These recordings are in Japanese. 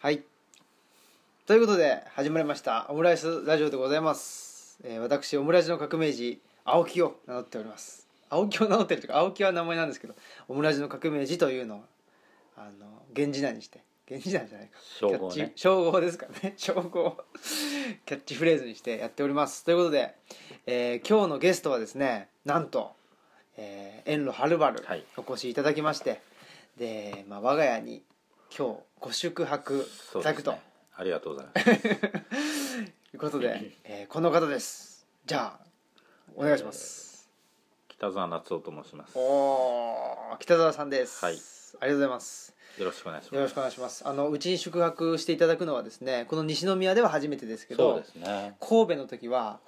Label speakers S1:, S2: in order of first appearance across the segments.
S1: はいということで始まりましたオムライスラジオでございます、えー私オムライスの革命児青木を名乗っております青木を名乗ってるというか青木は名前なんですけどオムライスの革命児というのをあの源氏名にして源氏名じゃないか
S2: 称号
S1: キャッチ
S2: ね
S1: 称号ですかね 称号キャッチフレーズにしてやっておりますということで、えー今日のゲストはですねなんと、えー、遠路はるばる
S2: はい
S1: お越しいただきまして、で、まあ、我が家に今日ご宿泊いただくと
S2: ありがとうござ います
S1: いうことで えーこの方ですじゃあお願いします、
S2: 北澤夏夫と申します
S1: お
S2: よ
S1: おー北澤さんです、
S2: はい
S1: ありがとうございます
S2: ろしくお願いします
S1: よろしくお願いしますあのうちに宿泊していただくのはですねこの西宮では初めてですけど
S2: そうですね
S1: 神戸の時は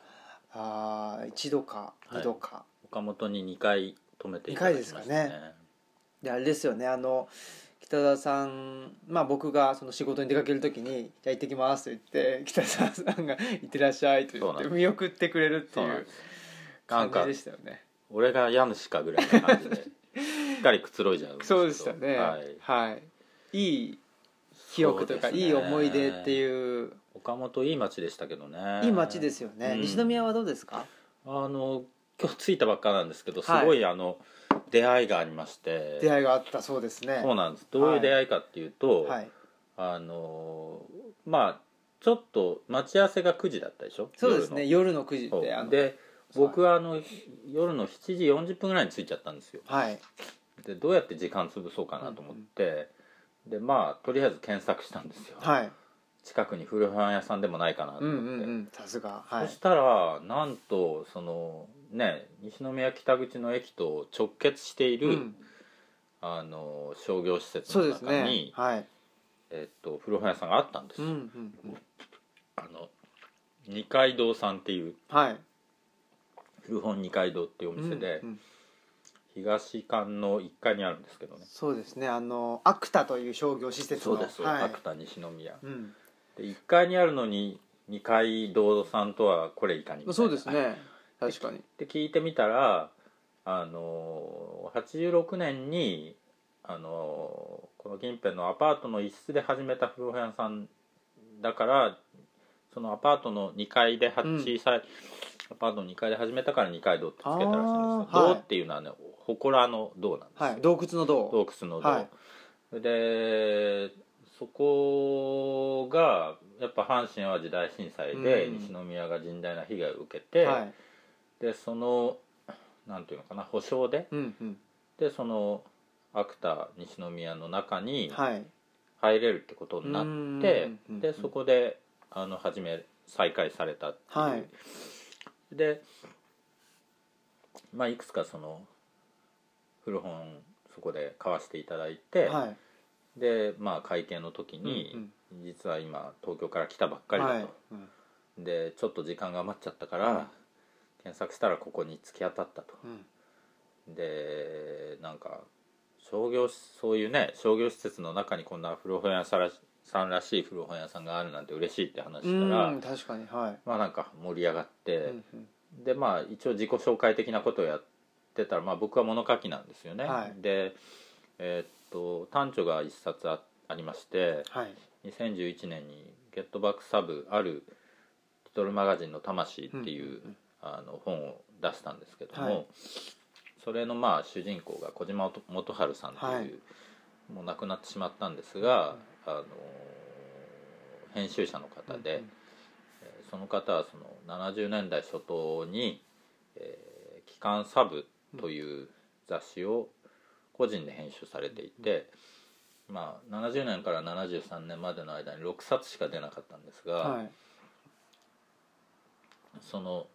S1: あー一度か二度か、
S2: 岡本に2回泊めていただきました
S1: 二回ですかであれですよねあの北田さん、まあ、僕がその仕事に出かける時に「じゃあ行ってきます」と言って 北田さんが「行ってらっしゃい」と
S2: そ
S1: 言
S2: う
S1: っ
S2: なん
S1: て
S2: です
S1: 見送ってくれるって
S2: そう
S1: い
S2: なん
S1: う
S2: ですな
S1: 感
S2: んか
S1: じでしたよね
S2: 俺が家主かぐらいの感じ でしっかりくつろいじゃうんけど
S1: そうでしたね
S2: はい
S1: はい、い、い記憶というか
S2: そうですね
S1: いい思い出っていう
S2: 岡本いい町でしたけどね
S1: いい街ですよね、
S2: うん
S1: 西宮はどうですか
S2: あの今日着いたばっかなんですけどす
S1: はい
S2: ごいあの出会いがありまして
S1: 出会いがあったそうですね
S2: そうなんですどういう出会いかっていうと、
S1: はい、
S2: あのまあちょっと待ち合わせが9時だったでしょ
S1: そうですね夜の9時
S2: そう
S1: ってあの
S2: で僕はあの夜の7時40分ぐらいに着いちゃったんですよ
S1: はい
S2: でどうやって時間潰そうかなと思って、でまあとりあえず検索したんですよ、
S1: はい
S2: 近くに古本屋さんでもないかなと
S1: うん
S2: 思
S1: う
S2: って、
S1: んうんさすがはい
S2: そしたらなんとそのね西宮北口の駅と直結している、
S1: うん、
S2: あの商業施設
S1: そう
S2: の
S1: です
S2: 中
S1: ね
S2: に、
S1: はい
S2: えっと、古本屋さんがあったんです
S1: うん
S2: よ、
S1: うんうん
S2: あの二階堂さんっていう
S1: はい
S2: 古本二階堂っていうお店で、
S1: うんうん
S2: 東館の1階にあるんですけどね
S1: そうですねあのアクタという商業施設
S2: そ
S1: の
S2: うです、
S1: はい
S2: 角田西宮
S1: うん、
S2: で1階にあるのに2階堂さんとはこれいかにみたいな
S1: そうですね確かに
S2: で聞いてみたらあの86年にあのこの近辺のアパートの一室で始めた古本屋さんだからそのアパートの2階では
S1: うん
S2: 小さい、アパートの2階で始めたから二階堂ってつけたらしいんですけ
S1: あーは
S2: ど
S1: い
S2: 「堂」っていうのはね祠の堂なんですよ、
S1: はい洞窟の洞
S2: 洞窟の洞、
S1: はい
S2: でそこがやっぱ阪神・淡路大震災で
S1: うん
S2: 西宮が甚大な被害を受けて、
S1: はい
S2: でそのなんていうのかな保証で
S1: うんうん
S2: でその芥西宮の中に
S1: はい
S2: 入れるってことになって、
S1: うん
S2: でそこであの初め再開されたっていう、
S1: はい
S2: で、まあ、いくつかその古本そこで買わせていただいて、
S1: はい
S2: で、まあ、会見の時に、
S1: うん
S2: 実は今東京から来たばっかりだと、
S1: はいうん
S2: でちょっと時間が余っちゃったから、検索したらここに突き当たったと
S1: うん
S2: でなんか商業しそういうね商業施設の中にこんな古本屋さんらしさんらしい古本屋さんがあるなんて嬉しいって話したら、
S1: うん確かにはい
S2: まあなんか盛り上がって、
S1: うんうん
S2: でまあ一応自己紹介的なことをやってたら、まあ、僕は物書きなんですよね、
S1: はい
S2: でえーっと短調が一冊あありまして
S1: はい
S2: 2011年に「ゲットバックサブあるリトルマガジンの魂」っていう、
S1: うんうん
S2: あの本を出したんですけども、
S1: はい
S2: それのまあ主人公が小島元春さんという、
S1: はい
S2: もう亡くなってしまったんですが、あのー編集者の
S1: うんうん
S2: 方で、えーその方はその70年代初頭に「えー、機関サブ」という雑誌を個人で編集されていて、まあ、70年から73年までの間に6冊しか出なかったんですが、
S1: はい
S2: その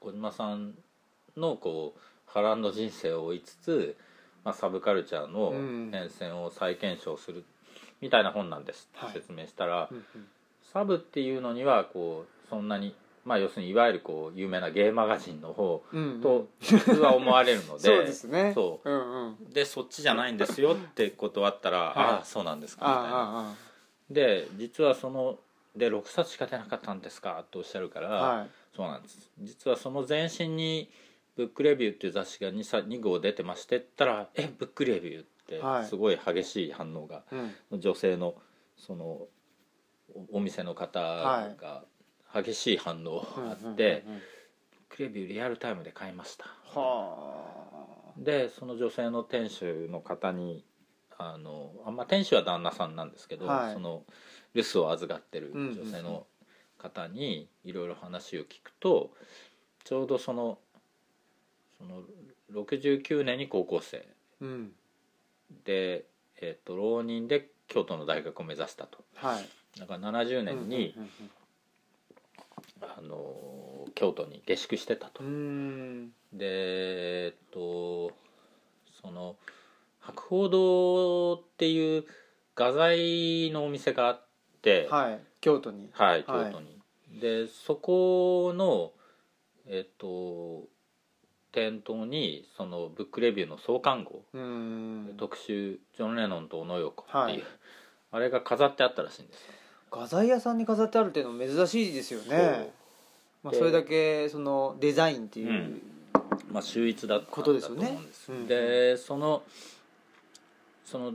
S2: 小島さんのこう波乱の人生を追いつつ、まあ、サブカルチャーの
S1: うん
S2: 変遷を再検証するみたいな本なんです、
S1: はい
S2: 説明したら、
S1: うんうん
S2: サブっていうのにはこうそんなに、まあ、要するにいわゆるこう有名なゲーマガジンの方
S1: うんうん
S2: と普通は思われるので
S1: そうですね
S2: そう
S1: うんうん
S2: でそっちじゃないんですよって断ったら
S1: は
S2: 「
S1: い
S2: ああそうなんですか」みたいな。
S1: あ
S2: で実はそので6冊しか出なかったんですかとおっしゃるから、
S1: あああはい
S2: そうなんです実はその前身に「ブックレビュー」っていう雑誌が 2, さ2号出てましてったら「えブックレビュー」って
S1: はい
S2: すごい激しい反応が、
S1: うん
S2: 女性のそのおお店の方が激しい反応があって、
S1: うんうんうん
S2: クレビューリアルタイムで買いました
S1: は
S2: でその女性の店主の方にあのあんま店主は旦那さんなんですけど、
S1: はい
S2: その留守を預かって
S1: う
S2: る
S1: んうんうん
S2: 女性の方にいろいろ話を聞くとちょうどそのその69年に高校生
S1: あうん
S2: で、えっと浪人で京都の大学を目指したと
S1: はい
S2: だから70年に、
S1: うん
S2: あの京都に下宿してたと
S1: うんう。ん
S2: でえっとその博報堂っていう画材のお店があって
S1: うんはい京都に
S2: はい、
S1: はい
S2: 京都に、でそこのえっと店頭にそのブックレビューの創刊号、
S1: うーん
S2: 特集「ジョン・レノンとオノヨコ」ってい
S1: は
S2: う、
S1: い
S2: あれが飾ってあったらしいんですよ
S1: 画材屋さんに飾ってあるっていうのも珍しいですよねまあ、
S2: で
S1: それだけそのデザインっていう、
S2: うんまあ、秀逸だったんだ
S1: ことですよね
S2: と思うんです
S1: うん
S2: でそのその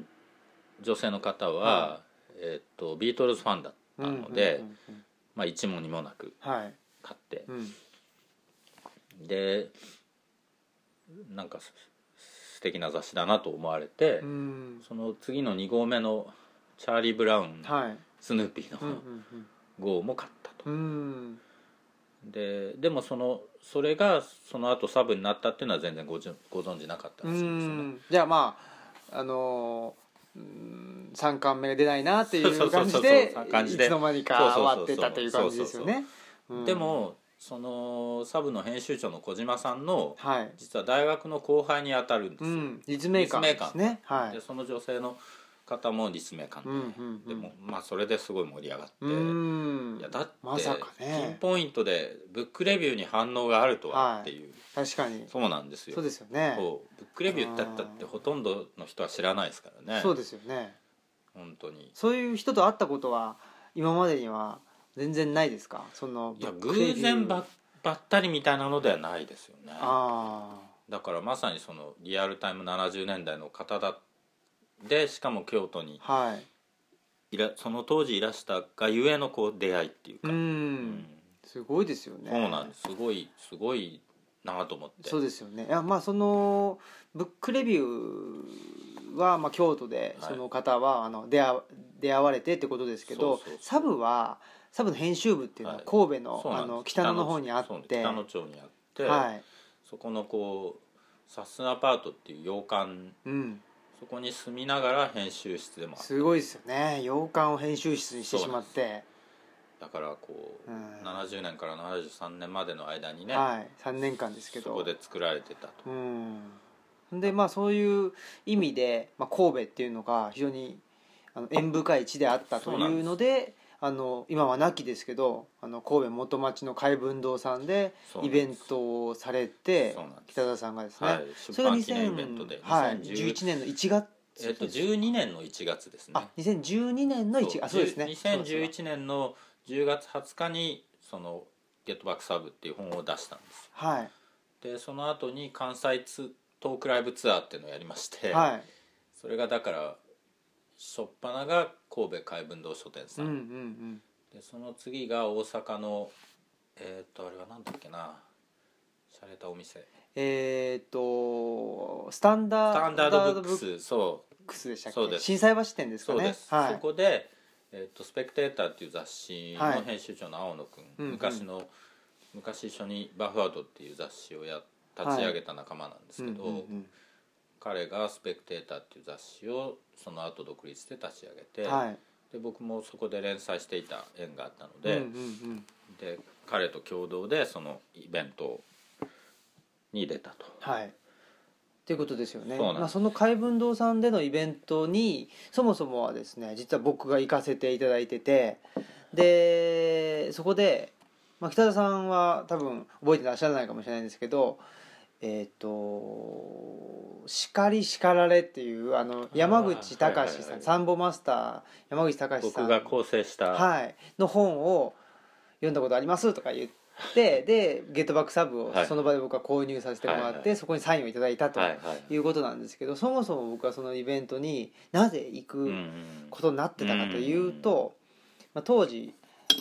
S2: 女性の方は、
S1: は
S2: えっとビートルズファンだったので、
S1: うんうんうんうん
S2: まあ、一問にもなく
S1: はい、
S2: 買って
S1: う、ん、
S2: でなんかす素敵な雑誌だなと思われて、
S1: うん
S2: その次の2号目のチャーリー・ブラウン、
S1: はい
S2: スヌーピー
S1: うんう
S2: の
S1: ん
S2: 号も買ったと
S1: う、ん
S2: ででもそのそれがその後サブになったっていうのは全然ごじゅご存知なかった
S1: う
S2: らしいんですよね
S1: んじゃあまああのーうん3巻目が出ないなっていう感じ
S2: そうそうそう
S1: で
S2: そう感じで
S1: いつの間にか
S2: そうそうそうそう
S1: 終わってたという感じですよねうん
S2: でもそのサブの編集長の小島さんの
S1: はい、
S2: 実は大学の後輩に当たるんです
S1: う
S2: よ、
S1: ん、立命館ですねは
S2: で
S1: い
S2: その女性の方も立命館で,、
S1: うんうんうん
S2: でもまあそれですごい盛り上がって、
S1: うん
S2: いやだって、
S1: まさか
S2: ピン
S1: ね
S2: ポイントでブックレビューに反応があると
S1: はい
S2: はっていう、
S1: 確かに
S2: そうなんですよ
S1: そうですよね
S2: そうブックレビューってあったってほとんどの人は知らないですからね
S1: そうですよね
S2: 本当に
S1: そういう人と会ったことは今までには全然ないですかその
S2: いや偶然ばばったりみたいなのではないですよね
S1: ああ
S2: だからまさにそのリアルタイム70年代の方だでしかも京都に
S1: はい
S2: いらその当時いらしたがゆえのこう出会いっていう
S1: う
S2: か、
S1: んすごいですよね
S2: そうなんですすごいすごいなと思って
S1: そうですよねいやまあそのブックレビューは、まあ、京都で
S2: はい
S1: その方は、あの出会出会われてってことですけど
S2: そうそうそう
S1: サブはサブの編集部っていうのは
S2: はい
S1: 神戸の,、
S2: そうな
S1: あ
S2: んです
S1: の北野の方にあっ
S2: そうなんで
S1: て
S2: す北野町にあって、
S1: はい
S2: そこのこうサスアパートっていう洋館
S1: うん、
S2: そこに住みながら編集室でもあって
S1: すごいですよね洋館を編集室にしてしまって、
S2: だからこう、
S1: うん
S2: 70年から73年までの間にね、
S1: はい、3年間ですけど
S2: そこで作られてたと
S1: うんでまあそういう意味で、まあ、神戸っていうのが非常にあの縁深い地であったというのであの今は亡きですけどあの神戸元町の海文堂さんで
S2: そう
S1: イ
S2: なんです
S1: ベントをされて
S2: そうなんです
S1: 北田さんがですね、
S2: はい
S1: それが
S2: 出版記念イベントで
S1: 2000はい、
S2: 2011
S1: 11年の1月
S2: えっと12年の1月ですね
S1: あ2012年の1月あそうですね
S2: 2011年の10月20日にその「ゲットバックサブ」っていう本を出したんです
S1: は
S2: でその後に関西ツトークライブツアーっていうのをやりまし
S1: い
S2: て、
S1: はい
S2: それがだから初っ端が神戸海文堂書店さ
S1: うん
S2: ん、
S1: うんうん
S2: でその次が大阪のえっ、とあれはなんだっけな洒落たお店
S1: えーっとスタンダ
S2: スタンダードブック
S1: ス
S2: スそう
S1: ブックスでしたっ
S2: そう
S1: け
S2: です
S1: 心斎橋店ですか
S2: そう
S1: ね
S2: です、
S1: はい
S2: そこで、えーと「スペクテーター」っていう雑誌
S1: はい
S2: の編集長の青野君、
S1: うんうん
S2: 昔の昔一緒に「バフアウト」っていう雑誌をや立ち上げた仲間なんですけど、
S1: うんうん
S2: 彼が「スペクテーター」っていう雑誌をその後独立で立ち上げ
S1: う
S2: て、
S1: んはい
S2: で僕もそこで連載していた縁があったので,、
S1: うんうん
S2: で彼と共同でそのイベントに出たと。
S1: はいっていうことですよね
S2: そうなんです
S1: まあ、その海文堂さんでのイベントにそもそもはですね実は僕が行かせていただいててでそこで、まあ、北田さんは多分覚えてらっしゃらないかもしれないんですけどえっ、と「叱り叱られ」っていうあの山口
S2: はい
S1: 隆
S2: はい
S1: さん、
S2: はい
S1: サンボマスター山口隆さん
S2: 僕が構成した、
S1: はい、の本を読んだことありますとか言ってで「ゲットバックサブ」を
S2: はい
S1: その場で僕は購入させてもらって、
S2: はいはい
S1: そこにサインをいただいたと
S2: はいはい
S1: いうことなんですけど、そもそも僕はそのイベントになぜ行
S2: うんう
S1: く
S2: ん
S1: ことになってたかというと、まあ、当時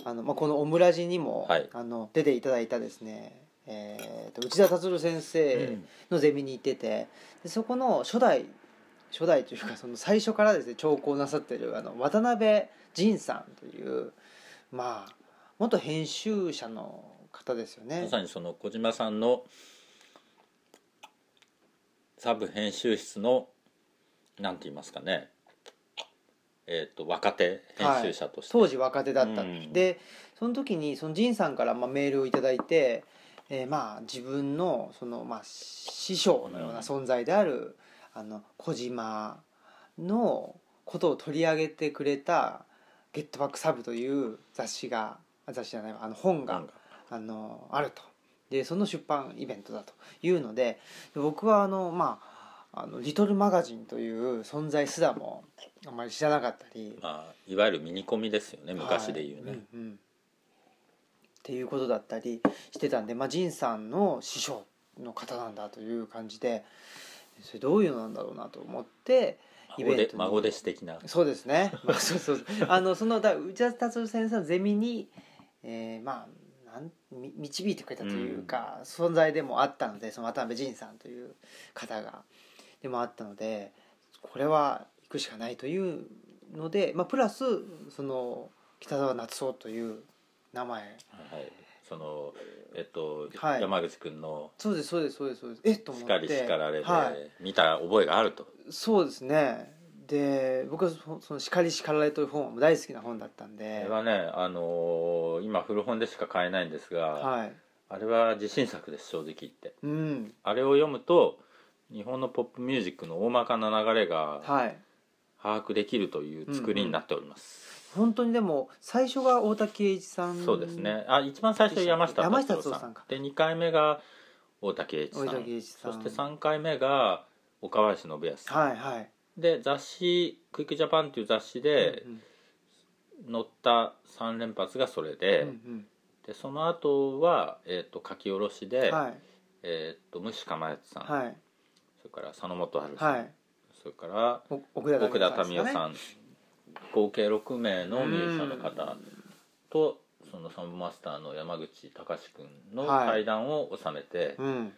S1: あの、まあ、このオムラジにも、
S2: はい
S1: あの出ていただいたですね、えーと内田達郎先生のゼミに行ってて、でそこの初代初代というかその最初からですね聴講なさってるあの渡辺仁さんというまあ元編集者の方ですよね
S2: ま。さにその小島さんのサブ編集室のなんて言いますかねえっ、と若手編集者として、
S1: 当時若手だったんです、
S2: うん
S1: でその時にその仁さんからまあメールを頂いただいて、えーまあ自分のそのまあ師匠のような存在である、あの小島のことを取り上げてくれた「ゲットバックサブ」という雑誌があ雑誌じゃないわあの本が
S2: なんか
S1: あのあるとでその出版イベントだというのでで僕はあのまああのリトルマガジンという存在すらもあまり知らなかったり、
S2: まあ、いわゆるミニコミですよね昔で言うね、
S1: はいんうんっていうことだったりしてたんで、まあ、仁さんの師匠の方なんだという感じでそれどういうのなんだろうなと思ってイベ
S2: 孫
S1: ントに
S2: で孫弟子的な
S1: そうですね、まあ、そうそうそうあのそのだ内田達郎先生のゼミに、えーまあなんみ導いてくれたというか、存在でもあったのでその渡辺仁さんという方がでもあったのでこれは行くしかないというので、まあ、プラスその北澤夏夫という名前
S2: はい、そのえっと、
S1: はい
S2: 山口君の
S1: そうですそうですそうですそうですえっと
S2: 「
S1: 思っ
S2: 叱
S1: て
S2: り叱られ」で
S1: はい、
S2: 見た覚えがあると、
S1: そうですねで僕はそその「叱り叱られ」という本は大好きな本だったん
S2: あれ
S1: で、
S2: はね、あのー今古本でしか買えないんですが、
S1: はい、
S2: あれは自信作です正直言って
S1: うん
S2: あれを読むと日本のポップミュージックの大まかな流れが
S1: はい、
S2: 把握できるという作りになっております、
S1: 本当にでも最初が太田圭一さん
S2: そうですねあ一番最初山下
S1: 山
S2: 達
S1: 下
S2: 郎さん
S1: 達郎さんか
S2: で2回目が大竹栄一さん
S1: 太田圭一さん
S2: そして3回目が岡林信康さん、
S1: はいはい
S2: で雑誌「クイックジャパン」という雑誌で
S1: うん
S2: 載った3連発がそれで,、
S1: うんうん
S2: でその後は、えー、と書き下ろし
S1: う
S2: で、
S1: んはい
S2: えー、と虫かまやつさん、
S1: はい
S2: それから佐野元春さん、
S1: はい
S2: それから
S1: お奥
S2: 奥田民
S1: 民
S2: 生
S1: 生
S2: さ
S1: ん
S2: ん合計6名のミュージシャンの方とそのサンボマスターの山口隆君の
S1: はい
S2: 対談を収めて、
S1: うん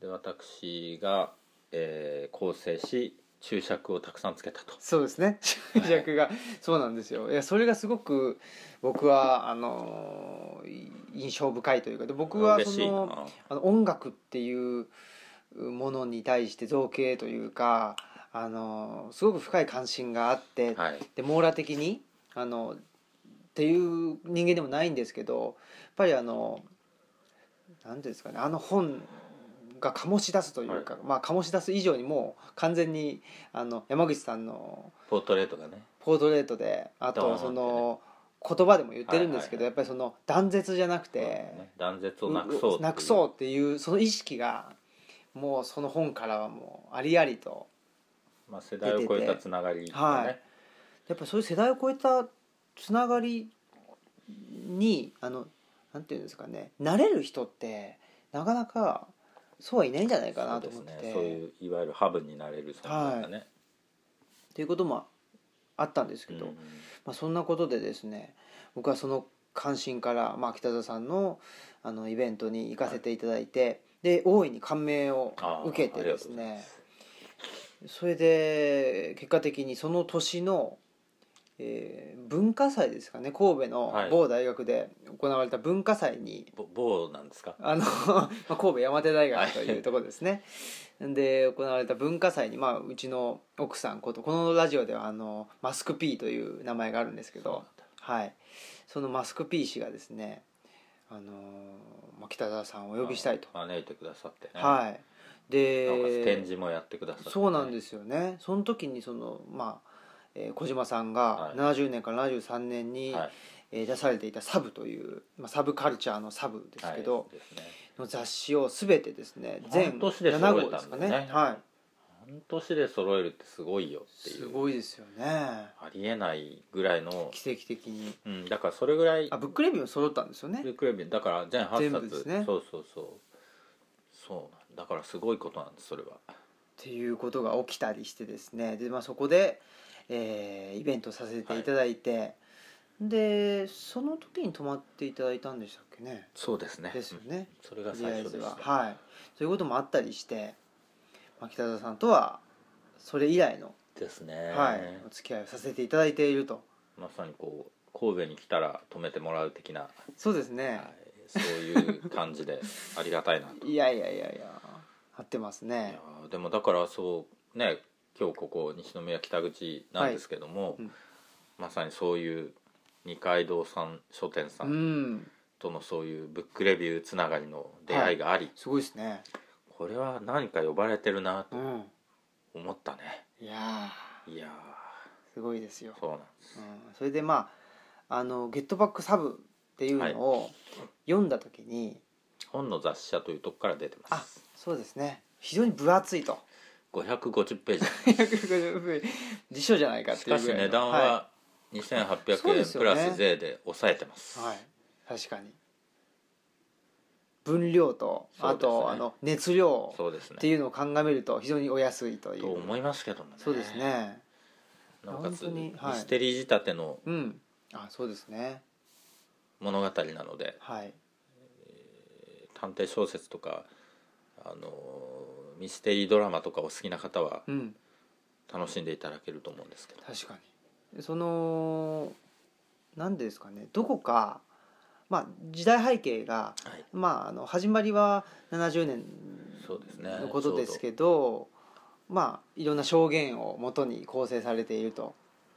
S2: で私が、えー構成し注釈をたくさんつけたと
S1: そうですね注 釈がそうなんですよいやそれがすごく僕はあのい印象深いというかで僕は
S2: 嬉
S1: そ
S2: しい
S1: の
S2: な
S1: あの音楽っていうものに対して造形というかあのすごく深い関心があって
S2: はい
S1: で網羅的にあのっていう人間でもないんですけどやっぱりあの何ていうんですかねあの本が醸し出すというか、まあ醸し出す以上にもう完全にあの山口さんの
S2: ポートレートがね
S1: ポートレートであ
S2: ドー
S1: と
S2: ンってね
S1: その言葉でも言ってるんですけど、や
S2: はい
S1: っぱりその断絶じゃなくて、
S2: ね断絶をなくそうっていう
S1: なくそうっていうその意識がもうその本からはもうありありと
S2: まあ、世代を超えたつながり、ね
S1: はいやっぱそういう世代を超えたつながりにあのなんていうんですかね慣れる人ってなかなかそうはいないんじゃないか
S2: そ
S1: な
S2: う
S1: と
S2: です
S1: 思って
S2: ね
S1: て。
S2: そういういわゆるハブになれる存在がね、
S1: っていうこともあったんですけ
S2: うん
S1: ど、まあ、そんなことでですね僕はその関心から、まあ、北澤さんのあのイベントに行かせていただいて、で大いに感銘を
S2: あー
S1: 受けてです
S2: ありがとうござい
S1: ね
S2: ます
S1: それで結果的にその年の、えー文化祭ですかね神戸の
S2: はい
S1: 某大学で行われた文化祭に、
S2: ぼ某なんですか
S1: あの まあ神戸山手大学というところですね、で行われた文化祭に、まあ、うちの奥さんことこのラジオではあのマスク P という名前があるんですけどはい、そのマスク P 氏がですね、あのーまあ、北澤さんをお呼びしたいと、
S2: あ招いてくださってね、
S1: はい
S2: なおかつ展
S1: で
S2: 示もやってくださってね、
S1: そうなんですすよねその時にその、まあえー小島さん
S2: は
S1: が
S2: い
S1: 70年から73年に、
S2: はい
S1: えー出されていた「サブ」という、まあ、サブカルチャーの「サブ」ですけど、
S2: はいですね
S1: の雑誌を全てですね全
S2: 半年で
S1: 7
S2: 揃
S1: 号
S2: え
S1: で
S2: た
S1: す
S2: ん
S1: か
S2: だ
S1: ね
S2: ね
S1: はい
S2: 半年で揃えるってすごいよってい
S1: す
S2: う
S1: ごいですよね
S2: ありえないぐらいの、
S1: 奇跡的に
S2: うん、だからそれぐらい
S1: あブックレビューも揃ったんですよね
S2: ブックレビューだから全8冊
S1: 全部ですね
S2: そうそうそうそうなんだからすごいことなんですそれは
S1: っていうことが起きたりしてですねで、まあ、そこで、えーイベントさせていただいて、でその時に泊まっていただいたんでしたっけね
S2: そうですね
S1: ですよね、
S2: うんそれが
S1: とりあ
S2: 最
S1: え
S2: 初
S1: ず
S2: で
S1: は
S2: した
S1: はいそういうこともあったりして、まあ、北澤さんとはそれ以来の、
S2: ですね、
S1: はい、お付き合いをさせていただいていると
S2: まさにこう神戸に来たら泊めてもらう的な、は
S1: そうですね、
S2: い、そういう感じでありがたいなと
S1: い、やいやいやいや合ってます
S2: いや
S1: ね
S2: ーでもだからそうね今日ここ西宮北口なんですけども、
S1: いうん
S2: まさにそういう二階堂さん書店さ
S1: うんん
S2: とのそういうブックレビューつながりの出会いがあり、
S1: すごいですね
S2: これは何か呼ばれてるなと
S1: うん
S2: 思ったね
S1: いや
S2: いや
S1: ーすごいですよ
S2: ー、そうなんです
S1: うん、それでまああの「ゲットバックサブ」っていうのを読んだ時に、
S2: 本の雑誌社というとこから出てます
S1: そうですね非常に分厚いと
S2: 550ページ
S1: 辞書じゃないかっ
S2: して
S1: い
S2: か
S1: う
S2: し
S1: ぐらいの
S2: 値段
S1: は
S2: は
S1: そう
S2: 2800
S1: で
S2: 円
S1: すよ
S2: プ
S1: ね
S2: ラス税で抑えてます
S1: い、はい確かに分量と、
S2: そう
S1: あ
S2: ですね
S1: とあの熱量
S2: そうです
S1: って
S2: ね
S1: いうのを鑑みると非常にお安いという
S2: と思いますけどもね
S1: そうですね
S2: なおかつ
S1: 本当
S2: ミ
S1: にはい
S2: ステリー仕立ての
S1: うんあそうですね
S2: 物語なので
S1: はい
S2: 探偵小説とかあのーミステリードラマとかお好きな方は
S1: うん
S2: 楽しんでいただけると思うんですけど
S1: 確かにその何でですかねどこかまあ時代背景が、
S2: はい
S1: まあ、あの始まりは70年
S2: そうですね
S1: のことですけど、まあいろんな証言をもとに構成されていると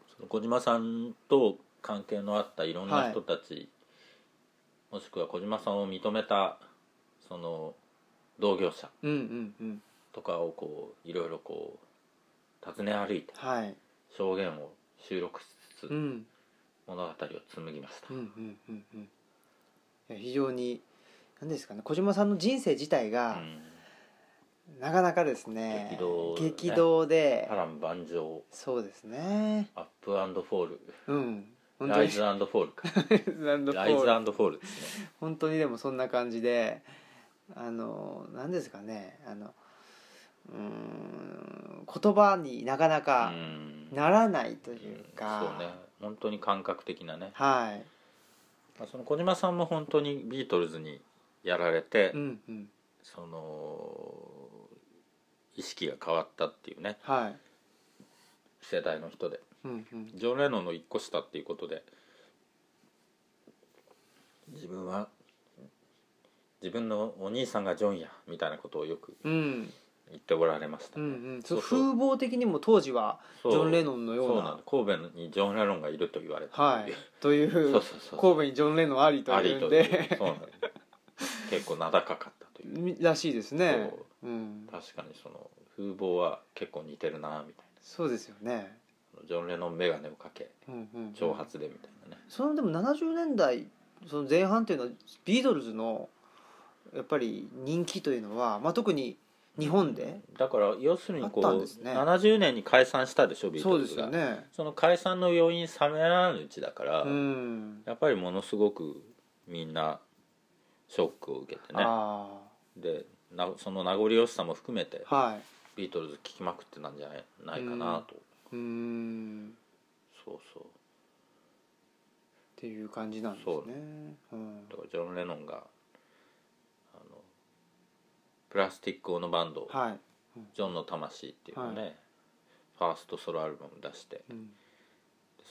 S2: ちょうどその小島さんと関係のあったいろん
S1: は
S2: ない人たち、もしくは小島さんを認めたその同業者
S1: うんうんうん
S2: とかをこういろいろこう訪ね歩いて
S1: はい
S2: 証言を収録し
S1: う
S2: つつ
S1: ん
S2: 物語を紡ぎまし
S1: う
S2: た、
S1: んうんうんうんいや非常に何ですかね小島さんの人生自体が、
S2: うん
S1: なかなかですね
S2: 激動ね
S1: 激動で
S2: 波乱万丈
S1: そうですね
S2: アップアンドフォー
S1: うん
S2: ル
S1: 本当
S2: ライ
S1: に
S2: ズアンドフォールか
S1: ランドフォ
S2: ラ
S1: ー
S2: イ
S1: ル
S2: ズアンドフォールですね
S1: 本当にでもそんな感じであの何ですかねあのうーん言葉になかな
S2: う
S1: か
S2: ん
S1: ならないというか、
S2: そうね本当に感覚的なね、
S1: はい、
S2: まあ、その小島さんも本当にビートルズにやられて、
S1: うんうん、
S2: その意識が変わったっていうね
S1: はい、
S2: 世代の人で
S1: うんうん、
S2: ジョン・レノンの一個下っていうことで自分は自分のお兄さんがジョンやみたいなことをよく
S1: うん
S2: 言っておられました、
S1: うんうんそう
S2: そう
S1: 風貌的にも当時はジ
S2: そう
S1: ョン・レノンのよ
S2: そうう
S1: な
S2: なんだ神戸にジョン・レノンがいると言われた
S1: はいという
S2: そうそうそう
S1: 神戸にジョン・レノンありと
S2: あ
S1: い
S2: り
S1: うん
S2: という
S1: で
S2: そうなんだ結構名高かったという
S1: らしいですね
S2: そう
S1: うん
S2: 確かにその風貌は結構似てるなみたい
S1: そうですよね、
S2: なジョン・レノン眼鏡をかけ
S1: うんうんうん、
S2: 長髪でみたいなね
S1: そのでも70年代その前半っていうのはビートルズのやっぱり人気というのは、まあ、特に日本で
S2: だから要するにこ
S1: あったんです
S2: う、
S1: ね
S2: 70年に解散したでしょビー
S1: そ
S2: ト
S1: うで
S2: ル
S1: す
S2: ズ
S1: よ
S2: が
S1: ね
S2: その解散の要因冷めらぬうちだから、
S1: うん
S2: やっぱりものすごくみんなショックを受けてね
S1: あ
S2: でなその名残惜しさも含めて
S1: あはい
S2: ビートルズ聴きまくってたんじゃないないかなと、
S1: うーん
S2: そうそう
S1: っていう感じなんですね
S2: そう
S1: うん
S2: だからジョン・レノンがあのプラスティック・オのバンド、
S1: はい、
S2: ジョンの魂っていうのをね、
S1: は
S2: ファーストソロアルバム出して
S1: うん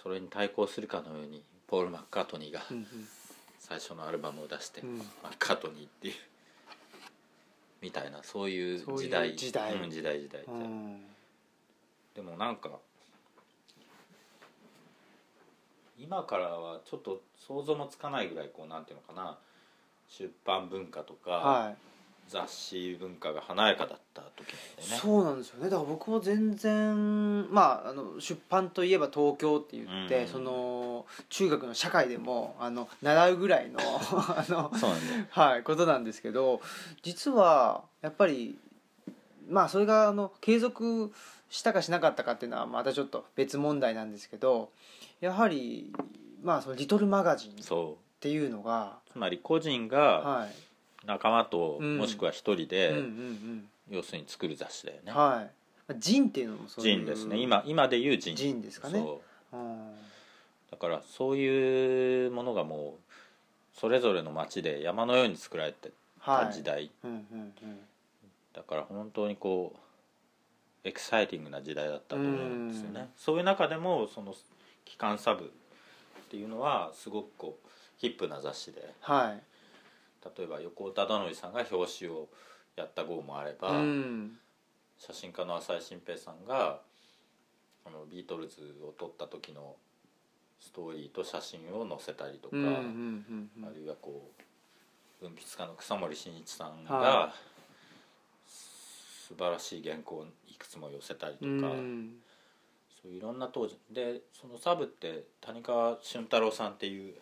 S2: それに対抗するかのようにポール・マッカートニーが
S1: うんうん
S2: 最初のアルバムを出して、
S1: うん
S2: マッカートニーっていうみたいなそういう
S1: そういう
S2: 時代
S1: 時代
S2: うん時代時代時代
S1: うん
S2: でもなんか今からはちょっと想像もつかないぐらいこうなんていうのかな出版文化とか、
S1: はい
S2: 雑誌文化が華やかだった時なんでね
S1: そうなんですよねだから僕も全然まああの出版といえば東京って言って、
S2: うん
S1: その中学の社会でもあの習うぐらいの あの、
S2: そうなんだよ
S1: はい、ことなんですけど実はやっぱりまあそれがあの継続したかしなかったかっていうのはまたちょっと別問題なんですけどやはりまあそのリトルマガジンっ
S2: そ
S1: ていうのが、
S2: うつまり個人が
S1: はい、
S2: 仲間と、
S1: うん
S2: もしくは一人
S1: うんう
S2: で、
S1: ん
S2: 要するに作る雑誌だよ
S1: う
S2: ね
S1: ん、はいまあジンっていうのもそういう
S2: 人ですね今今で言う人
S1: ジンですかね
S2: そう
S1: うん
S2: だからそういうものがもうそれぞれの町で山のように作られて
S1: は
S2: た
S1: い
S2: 時代、
S1: うんうんうん
S2: だから本当にこうエキサイティングな時代だったと思うんですよ
S1: うん
S2: ねそういう中でもその機関サブっていうのはすごくこうヒップな雑誌で
S1: はい
S2: 例えば横尾忠則さんが表紙をやった号もあれば、
S1: うん
S2: 写真家の浅井新平さんがあのビートルズを撮った時のストーリーと写真を載せたりとか、
S1: うんうんうんうん
S2: あるいはこう文筆家の草森進一さん
S1: は
S2: が素晴らしい原稿をいくつも寄せたりと
S1: う
S2: か、
S1: ん
S2: そういういろんな当時でそのサブって谷川俊太郎さんっていう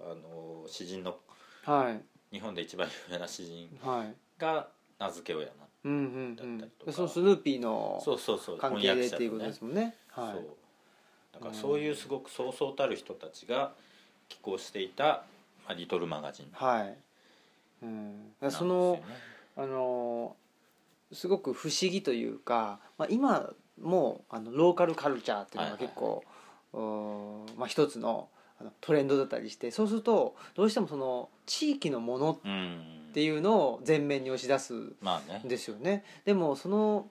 S2: あの詩人の
S1: はい
S2: 日本で一番有名な詩人
S1: はい
S2: が名付け親な
S1: うんうんう
S2: だっ
S1: ん
S2: たりとか
S1: でそのスヌーピーの
S2: そうそうそう
S1: 関係でっ
S2: と
S1: ていうことですもんねは
S2: そうだからそういうすごくそうそうたる人たちが寄稿していた、まあ、リトルマガジン
S1: いはいうんだから
S2: なんです
S1: そ
S2: よ
S1: の
S2: ね
S1: あのーすごく不思議というか、まあ、今もうあのローカルカルチャーっていうのが結構、うーまあ、一つのあのトレンドだったりしてそうするとどうしてもその地域のものっ
S2: うん
S1: ていうのを前面に押し出すん
S2: まあね
S1: ですよねでもその、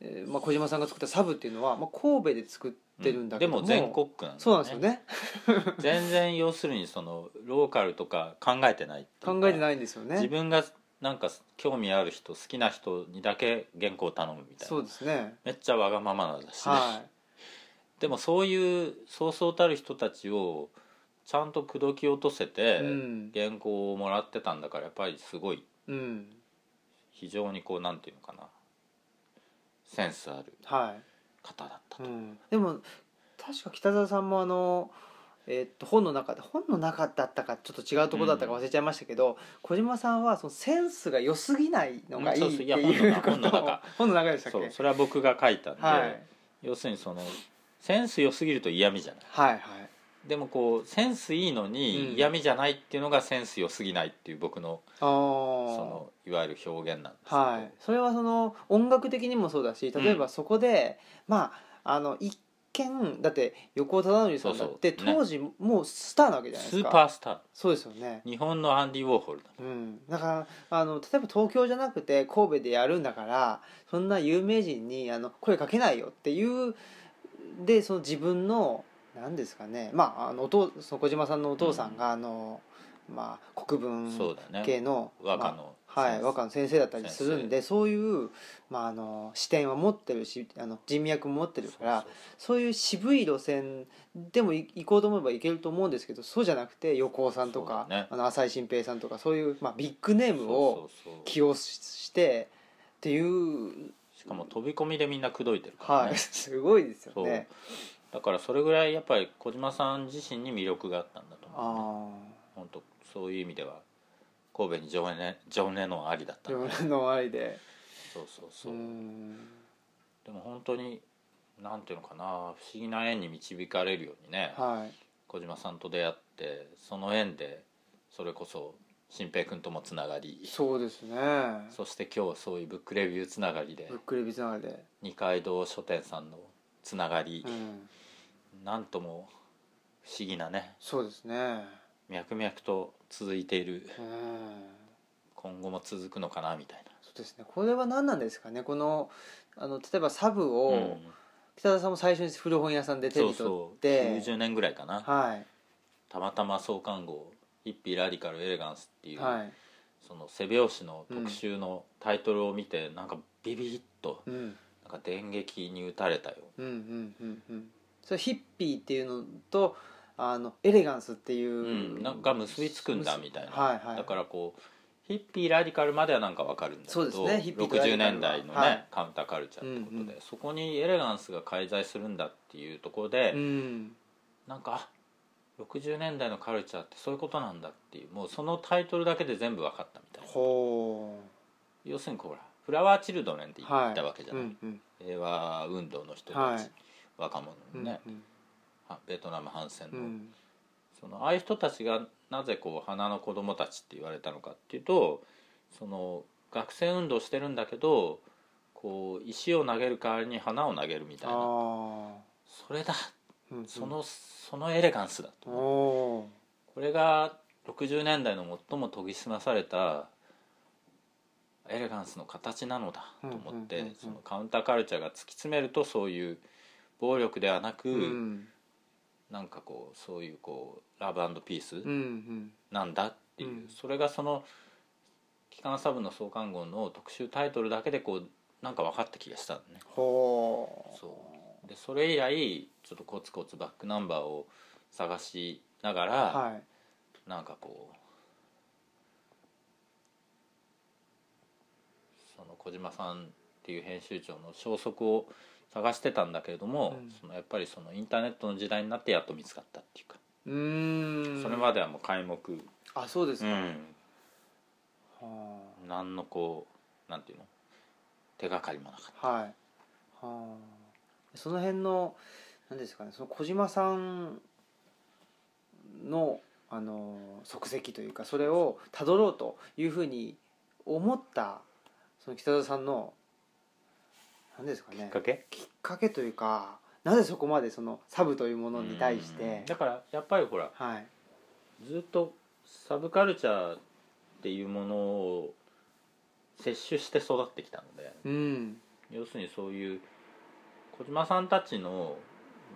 S1: えーまあ、小島さんが作ったサブっていうのは、まあ、神戸で作ってるんだけども、
S2: うんでも全国区なんだ
S1: そうなんですよね
S2: 全然要するにそのローカルとか考えてないっていう
S1: 考
S2: か
S1: えてないんですよ
S2: 自
S1: ね
S2: 分がなんか興味ある人好きな人にだけ原稿を頼むみたい
S1: そ
S2: な
S1: うですね
S2: めっちゃわがままなんだしね、
S1: はい
S2: でもそういうそうそうたる人たちをちゃんと口説き落とせて
S1: うん
S2: 原稿をもらってたんだからやっぱりすごい
S1: うん
S2: 非常にこうなんていうのかなセンスある
S1: はい
S2: 方だった
S1: う
S2: と、
S1: ん、でも確か北澤さんもあの、えーっと本の中で本の中だったかちょっと違うところだったか忘れちゃいましたけど、小島さんはそのセンスが良すぎないのがいいって
S2: うんそうそうい
S1: い
S2: や
S1: うことを
S2: 本の中
S1: 本の中でしたっけ
S2: そうそれは僕が書いたんで、
S1: はい
S2: 要するにそのセンス良すぎると嫌味じゃない
S1: はいはい
S2: でもこうセンスいいの
S1: うん
S2: に嫌味じゃないっていうのがセンス良すぎないっていう僕の
S1: あ
S2: そ
S1: ー
S2: のいわゆる表現なんですけど、
S1: はいそれはその音楽的にもそうだし例えばそこで、まああの一見だって横尾忠則さんだって
S2: そうそうね
S1: 当時もうスターなわけじゃないで
S2: ス
S1: す
S2: ー
S1: か
S2: パースタ
S1: そうですよね
S2: ー日本のアンディ・ウォーホルだ
S1: うん、だからあの例えば東京じゃなくて神戸でやるんだからそんな有名人にあの声かけないよっていうでその自分の何ですかねまああのお父その小島さんのお父さんが、あのまあ、国
S2: そう
S1: 文
S2: だ
S1: 系
S2: ね
S1: の、
S2: 和歌
S1: ま
S2: の
S1: あはい、
S2: 先生
S1: 和歌の先生だったりするんでそういう、まあ、あの視点は持ってるしあの人脈も持ってるから
S2: そうそう
S1: そういう渋い路線でもい行こうと思えば行けると思うんですけどそうじゃなくて横尾さんとか、
S2: そうだね
S1: あの浅井新平さんとかそういう、まあ、ビッグネームを
S2: そうそうそ
S1: 起用ししてっていう、
S2: うしかも飛び込みでみんな口説いてるから
S1: は
S2: ね、
S1: い、 すごいですよ
S2: そう
S1: ね。
S2: だからそれぐらいやっぱり小島さん自身に魅力があったんだと
S1: あ
S2: 思う、ね、本当そういう意味では神戸に情熱情熱のありだっ
S1: ー
S2: たね
S1: いろんなのありで
S2: そうそうそう、
S1: うん
S2: でも本当になんていうのかな不思議な縁に導かれるようにね、
S1: はい
S2: 小島さんと出会ってその縁でそれこそ新平君ともつながり
S1: そうですね
S2: そして今日そういうブックレビューつながりで
S1: ブックレビューつながりで、
S2: 二階堂書店さんのつながり
S1: う、ん、
S2: なんとも不思議なね
S1: そうですね
S2: 脈々と続いている
S1: うん
S2: 今後も続くのかなみたい
S1: そうですねこれは何なんですかねこのあの例えばサブ
S2: な、
S1: を、
S2: うん
S1: 北田さんも最初に古本屋さんで手
S2: そう
S1: に取
S2: そ
S1: っ
S2: う
S1: て
S2: 90年ぐらいかな、
S1: はい
S2: たまたま創刊号「ヒッピーラディカルエレガンス」っていう、
S1: はい
S2: その背表紙の特集のタイトルを見て、なんかビビッと
S1: うん
S2: なんか電撃に打たれたよ
S1: うんうんうんうんそれヒッピーっていうのとあのエレガンスっていう、
S2: うん、なんか結びつくんだみたいな、
S1: はいはい
S2: だからこうヒッピーラディカルまではなんかわかるんだけ
S1: そう
S2: ど、
S1: ですねヒッピーとラデ
S2: 60
S1: ィカル
S2: 年
S1: は
S2: 代のね、
S1: はい
S2: カウンターカルチャーってことで、
S1: うんうん
S2: そこにエレガンスが介在するんだっていうところで、
S1: うん
S2: なんかあ60年代のカルチャーってそういうことなんだっていうもうそのタイトルだけで全部わかったみたいな
S1: ほ
S2: 要するにこうほらフラワーチルドレンって
S1: う
S2: 言
S1: はい
S2: ったわけじゃない、
S1: うんうん
S2: 平和運動の人たち、
S1: はい
S2: 若者
S1: う
S2: の
S1: ん
S2: ね、はベトナム反戦
S1: う
S2: の、
S1: ん
S2: そのああいう人たちがなぜこう花の子供たちって言われたのかっていうとその学生運動してるんだけどこう石を投げる代わりに花を投げるみたいな
S1: あ
S2: それだ
S1: うんうん
S2: そのそのエレガンスだと
S1: お
S2: 思う
S1: お
S2: これが60年代の最も研ぎ澄まされたエレガンスの形なのだと思っ
S1: うんうんうんう
S2: て
S1: ん
S2: そのカウンターカルチャーが突き詰めるとそういう暴力ではなく、
S1: ーうん
S2: なんかこうそういうこうラブピース
S1: うんうん
S2: なんだっていう、
S1: うん
S2: それがその「機関サブの創刊号」の特集タイトルだけでこうなんか分かった気がしたのね。
S1: ほう
S2: そうでそれ以来ちょっとコツコツバックナンバーを探しながら、
S1: はい
S2: なんかこうその小島さんっていう編集長の消息を探してたんだけれども、
S1: うん
S2: そのやっぱりそのインターネットの時代になってやっと見つかったっていうか、
S1: うーん
S2: それまではもう皆目、
S1: あそうです
S2: う
S1: か、
S2: ん、
S1: は
S2: 何のこうなんていうの手がかりもなかっ
S1: あはいはあその辺の何ですかねその小島さんのあの足跡というかそれをたどろうというふうに思ったその北田さんの何ですかね
S2: たきっかけ
S1: きっかけというかなぜそこまでそのサブというものに対し
S2: うん
S1: て
S2: だからやっぱりほら
S1: はい
S2: ずっとサブカルチャーっていうものを摂取して育ってきたので
S1: うん
S2: 要するにそういう小島さんたちの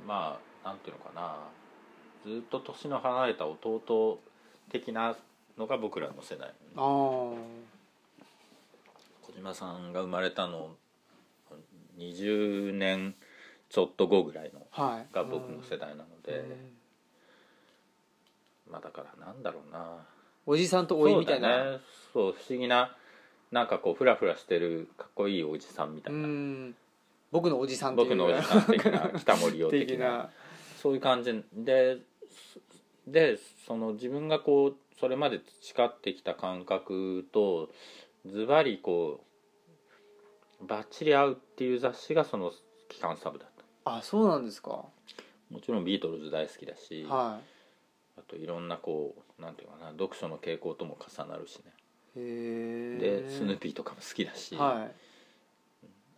S2: まあなんていうのかなずっと年の離れた弟的なのが僕らの世代
S1: ああ
S2: 小島さんが生まれたの20年ちょっと後ぐらいの
S1: はい
S2: が僕の世代なの
S1: う、
S2: で
S1: ん
S2: まあだからなんだろうな
S1: おじさんと
S2: そう
S1: お
S2: だ
S1: いみたいな
S2: ね、そう不思議ななんかこうフラフラしてるかっこいいおじさんみた
S1: う
S2: いな、
S1: ん僕のおじさんという
S2: 僕のおじさん的な北森洋的な
S1: 的な
S2: そういう感じででその自分がこうそれまで培ってきた感覚とズバリこうバッチリ合うっていう雑誌がその「機関サブ」だった
S1: あそうなんですか
S2: もちろんビートルズ大好きだし、
S1: は
S2: あといろんなこうなんていうかな読書の傾向とも重なるしね
S1: いへえ
S2: でスヌーピーとかも好きだし、
S1: はい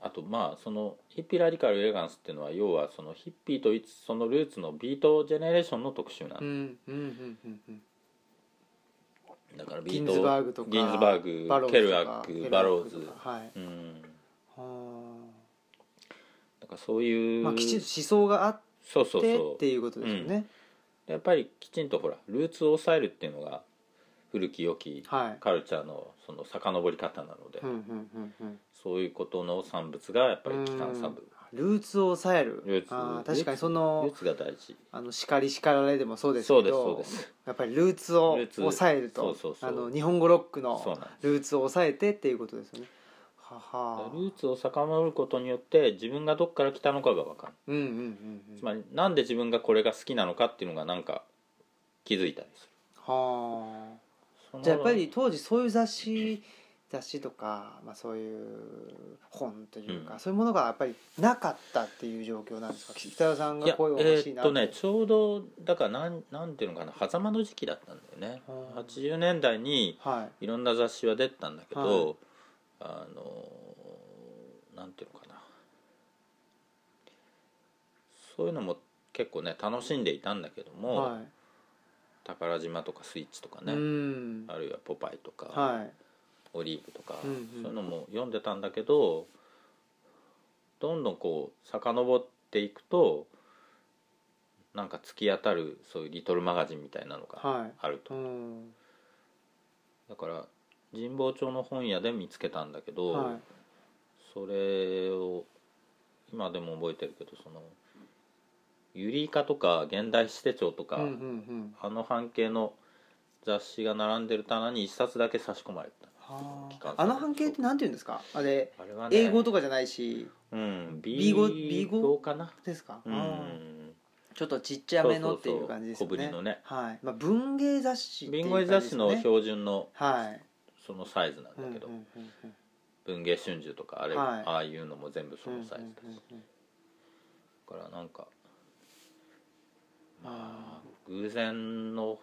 S2: あとまあそのヒッピーラディカルエレガンスっていうのは要はそのヒッピーといつそのルーツのビートジェネレーションの特集なんだ
S1: うんうんうんうんうん
S2: だからビ
S1: ギ
S2: ー
S1: ン
S2: ト
S1: ズバーグとか
S2: ギンズバーグ
S1: バローズ
S2: ケ
S1: とか
S2: ルアックバローズ
S1: ケルアックとかはい
S2: うん
S1: は
S2: だからそう
S1: あ
S2: いう、
S1: まあきちんと思想があっ
S2: そうそう
S1: て
S2: そ
S1: っていうことですよね
S2: うやっぱりきちんとほらルーツを抑えるっていうのが古き良き
S1: はい
S2: カルチャーのその遡り方なので、
S1: うんうんうんうん
S2: そういうことの産物がやっぱり基幹産
S1: うん
S2: 物
S1: ルーツを抑える
S2: ルーツ
S1: あー確かにその
S2: ルーツが大事
S1: あの叱り叱られでもそうですけ
S2: そう
S1: ど
S2: ですそうです
S1: やっぱりルーツを
S2: ルーツ
S1: 抑えると
S2: そうそうそう
S1: あの日本語ロック
S2: そう
S1: の
S2: なんです
S1: ルーツを抑えてっていうことですよねはは
S2: ルーツを遡ることによって自分がどっから来たのかが分かる
S1: うんうんうんうん
S2: つまりなんで自分がこれが好きなのかっていうのがなんか気づいたりす
S1: はあ
S2: る
S1: じゃあやっぱり当時そういう雑誌雑誌とか、まあ、そういう本というか、
S2: うん
S1: そういうものがやっぱりなかったっていう状況なんですか北田さん
S2: い
S1: が
S2: やえ
S1: 声を欲しい
S2: ーっ
S1: な
S2: とねちょうどだからなんなんていうのかな狭間の時期だったんだよね
S1: はあ
S2: 80年代に
S1: はい
S2: ろんな雑誌は出てたんだけど、あのーなんていうのかなそういうのも結構ね楽しんでいたんだけど
S1: い
S2: も、
S1: は
S2: 宝島とかスイッチとか
S1: い、
S2: ね、
S1: うん
S2: あるいは「ポパイ」とか、
S1: はい
S2: オリーブとか、
S1: うんうん
S2: そういうのも読んでたんだけどどんどんこう遡っていくとなんか突き当たるそういうリトルマガジンみたいなのが
S1: はい
S2: あると、
S1: うん
S2: だから神保町の本屋で見つけたんだけど、
S1: はい
S2: それを今でも覚えてるけどそのユリイカとか現代史手帳とか、
S1: うんうんうん
S2: あの半径の雑誌が並んでる棚に一冊だけ差し込まれてた
S1: は
S2: 期間
S1: ああの半径ってなんて言うんですかあれ
S2: あれはね
S1: 英語とかじゃないし
S2: うん、
S1: B 語 B 語
S2: かな、
S1: ですか、
S2: うん
S1: あーちょっとちっちゃめのっていう感じですよね
S2: そうそうそう小ぶりのね
S1: はいまあ、文芸雑誌ってい
S2: ビ
S1: う
S2: ンゴ
S1: 感
S2: イ
S1: じで
S2: 雑
S1: す
S2: 誌
S1: よ
S2: の
S1: ね
S2: 標準の
S1: はい
S2: そのサイズなんだけど、
S1: うんうんうんうん
S2: 文芸春秋とかあれ、
S1: はい
S2: ああいうのも全部そのサイズだし、
S1: うんうんうんうん
S2: だからなんか
S1: あ
S2: まあ偶然の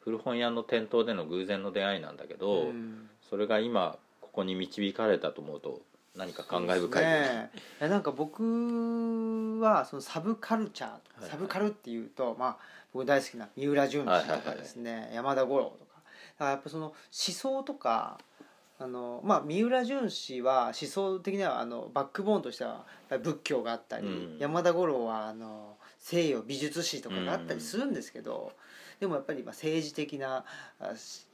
S2: 古本屋の店頭での偶然の出会いなんだけど、
S1: うん
S2: それが今ここに導かれたと思うと何か感慨深い、
S1: ねいやなんか僕はそのサブカルチャー、
S2: はい
S1: サブカルっていうと、まあ、僕大好きな三浦淳氏とかですね、山田五郎とかだからやっぱその思想とかあの、まあ、三浦淳氏は思想的にはあのバックボーンとしてはやっぱり仏教があったり、
S2: うん
S1: 山田五郎はあの西洋美術史とかがあったりするんですけど、でもやっぱりまあ政治的なあし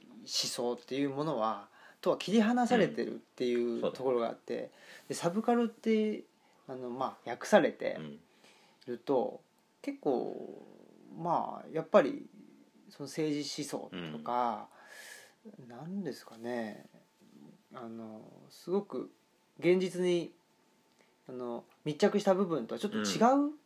S1: 思想っていうものはとは切り離されてるっていううんところがあって。でサブカルってあの、まあ、訳されて
S2: うん
S1: ると、結構まあやっぱりその政治思想とか、なんですかねあのすごく現実にあの密着した部分とはちょっと違う、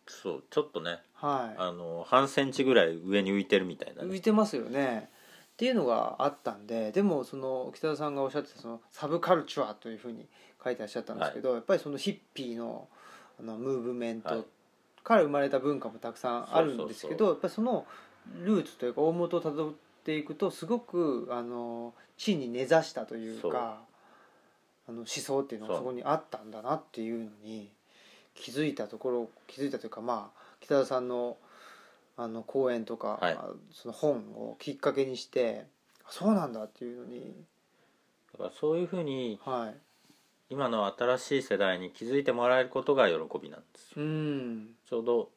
S2: そうちょっとね
S1: は
S2: あの半センチぐらい上に浮いてるみたい
S1: い、
S2: な
S1: 浮
S2: ね
S1: いてますよね。っていうのがあったんででもその北田さんがおっしゃってたそのサブカルチャーというふうに書いてらっしゃったんですけど、やっぱりそのヒッピーのあのムーブメント
S2: はい
S1: から生まれた文化もたくさんあるんですけどやっぱりそのルーツというか大元をたどっていくとすごくあの地に根ざしたという
S2: そう
S1: かあの思想っていうのが
S2: そう
S1: そこにあったんだなっていうのに気づいたところ気づいたというかまあ北田さんのあの講演とか、
S2: はい
S1: その本をきっかけにしてそうなんだっていうのに、
S2: だからそういうふうに
S1: はい、
S2: 今の新しい世代に気づいてもらえることが喜びなんです
S1: う
S2: よ
S1: ん
S2: ちょうど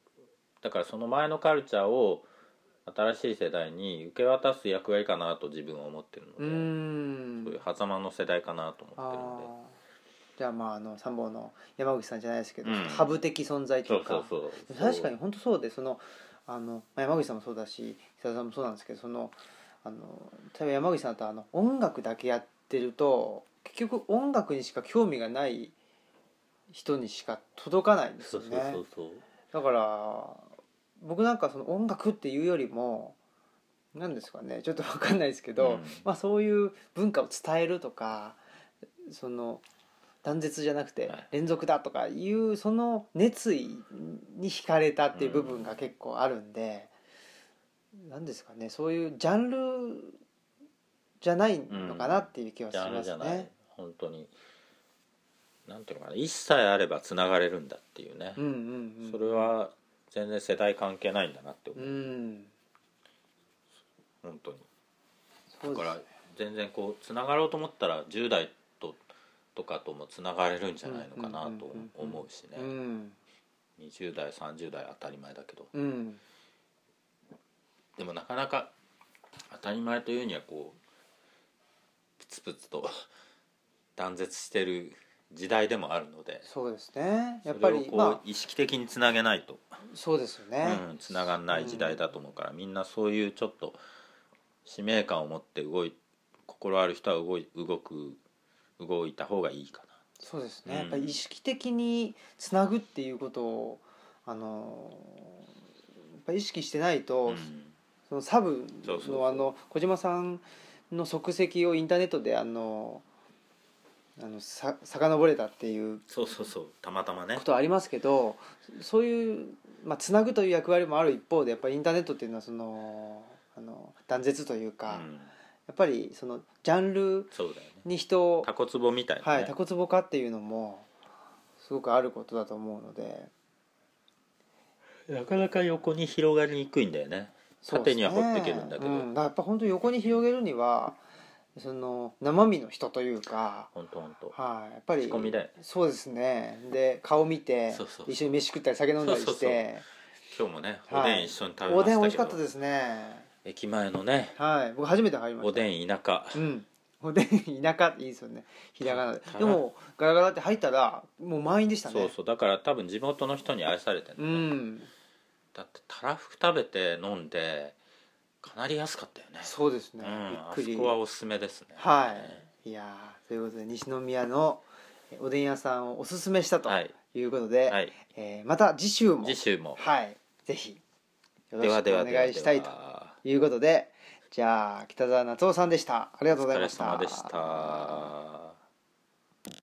S2: だからその前のカルチャーを新しい世代に受け渡す役割かなと自分は思ってる
S1: う
S2: ので、
S1: ん
S2: そういう狭間の世代かなと思ってる
S1: あ
S2: んで
S1: ーじゃあまああの参謀の山口さんじゃないですけど、
S2: うん
S1: そのハブ的存在と
S2: そ
S1: いううか
S2: そうそう
S1: 確かに本当そうでそのあのまあ山口さんもそうだし久田さんもそうなんですけどそのあの例えば山口さんだとあの音楽だけやってると結局音楽にしか興味がない人にしか届かないんです
S2: そ
S1: よ
S2: う
S1: ね。
S2: そうそうそう
S1: だから僕なんかその音楽っていうよりも何ですかねちょっと分かんないですけど、
S2: うん
S1: まあ、そういう文化を伝えるとかその断絶じゃなくて
S2: はい
S1: 連続だとかいうその熱意に惹かれたっていう部分が結構あるんで何ですかねそういうジャンルじゃないのかなっていう気はし
S2: ジャンル
S1: ま
S2: じゃ
S1: す
S2: ない
S1: ね。
S2: 本当になんていうのかな一切あればつながれるんだっていうね、
S1: うんうんうん
S2: それは全然世代関係ないんだなって思
S1: う
S2: う、
S1: ん
S2: 本当に
S1: そう
S2: だ
S1: で
S2: か
S1: す
S2: ら全然こうつながろうと思ったら10代ととかともつながれるんじゃないのかなと思うしね、
S1: うん
S2: 20代30代当たり前だけど
S1: うん
S2: でもなかなか当たり前というにはこうプツプツと 断絶してる時代でもあるので
S1: そうですねやっぱ
S2: そ
S1: り
S2: れをこう、
S1: ま
S2: 意識的につなげないと
S1: あそうですよね、
S2: うん、つながんない時代だと思うから、みんなそういうちょっと使命感を持って動い心ある人は動い動く動いた方がいいか
S1: そうですね、
S2: うん
S1: やっぱり意識的につなぐっていうことをあのーやっぱ意識してないと、
S2: な、うん
S1: そのサブ
S2: そうそうそう
S1: のあの小島さんの足跡をインターネットであのあのさ遡れたっていう
S2: そうそうそうたまたまね
S1: ことはありますけどそういう、まあ、つなぐという役割もある一方でやっぱりインターネットっていうのはそのあの断絶というか、
S2: うん、
S1: やっぱりそのジャンル
S2: そうだよね
S1: に人を
S2: タコツボみたいな、ね
S1: はい、タコツボ化っていうのもすごくあることだと思うので
S2: なかなか横に広がりにくいんだよね縦には
S1: そうです
S2: 掘っていけるんだけど
S1: うだからやっぱ本当に横に広げるにはその生身の人というか、
S2: ほんとほんと
S1: はい、やっぱり
S2: 仕込みだよ
S1: そうですねで顔見て
S2: そうそう
S1: 一緒に飯食ったり酒飲んだりして
S2: そうそう今日もねおでん一緒に食べ
S1: お
S2: ま
S1: でん美味
S2: し
S1: したかっ
S2: け
S1: た
S2: ど、
S1: ですね
S2: 駅前のね
S1: はい僕初めて入りました
S2: おでん田舎
S1: うんおでん田舎っていいですよねひらがなででもガラガラって入ったらもう満員でしたね
S2: そうそうだから多分地元の人に愛されてる、
S1: うん
S2: だってたらふく食べて飲んでかなり安かったよね
S1: そうです
S2: う
S1: ね、
S2: ん、
S1: びっ
S2: あ
S1: くり
S2: そこはおすすめですね
S1: はい、いやーということで西宮のえおでん屋さんをおすすめしたと
S2: はい
S1: いうことで、
S2: はい
S1: えーまた次週も
S2: 次週も
S1: はい、ぜひよろ
S2: では
S1: し
S2: で
S1: く
S2: は
S1: お
S2: では
S1: 願いしたいということでじゃあ北澤夏夫さんでしたありがとう
S2: お
S1: ござい
S2: 疲
S1: ま
S2: れ
S1: し
S2: 様
S1: た。
S2: でした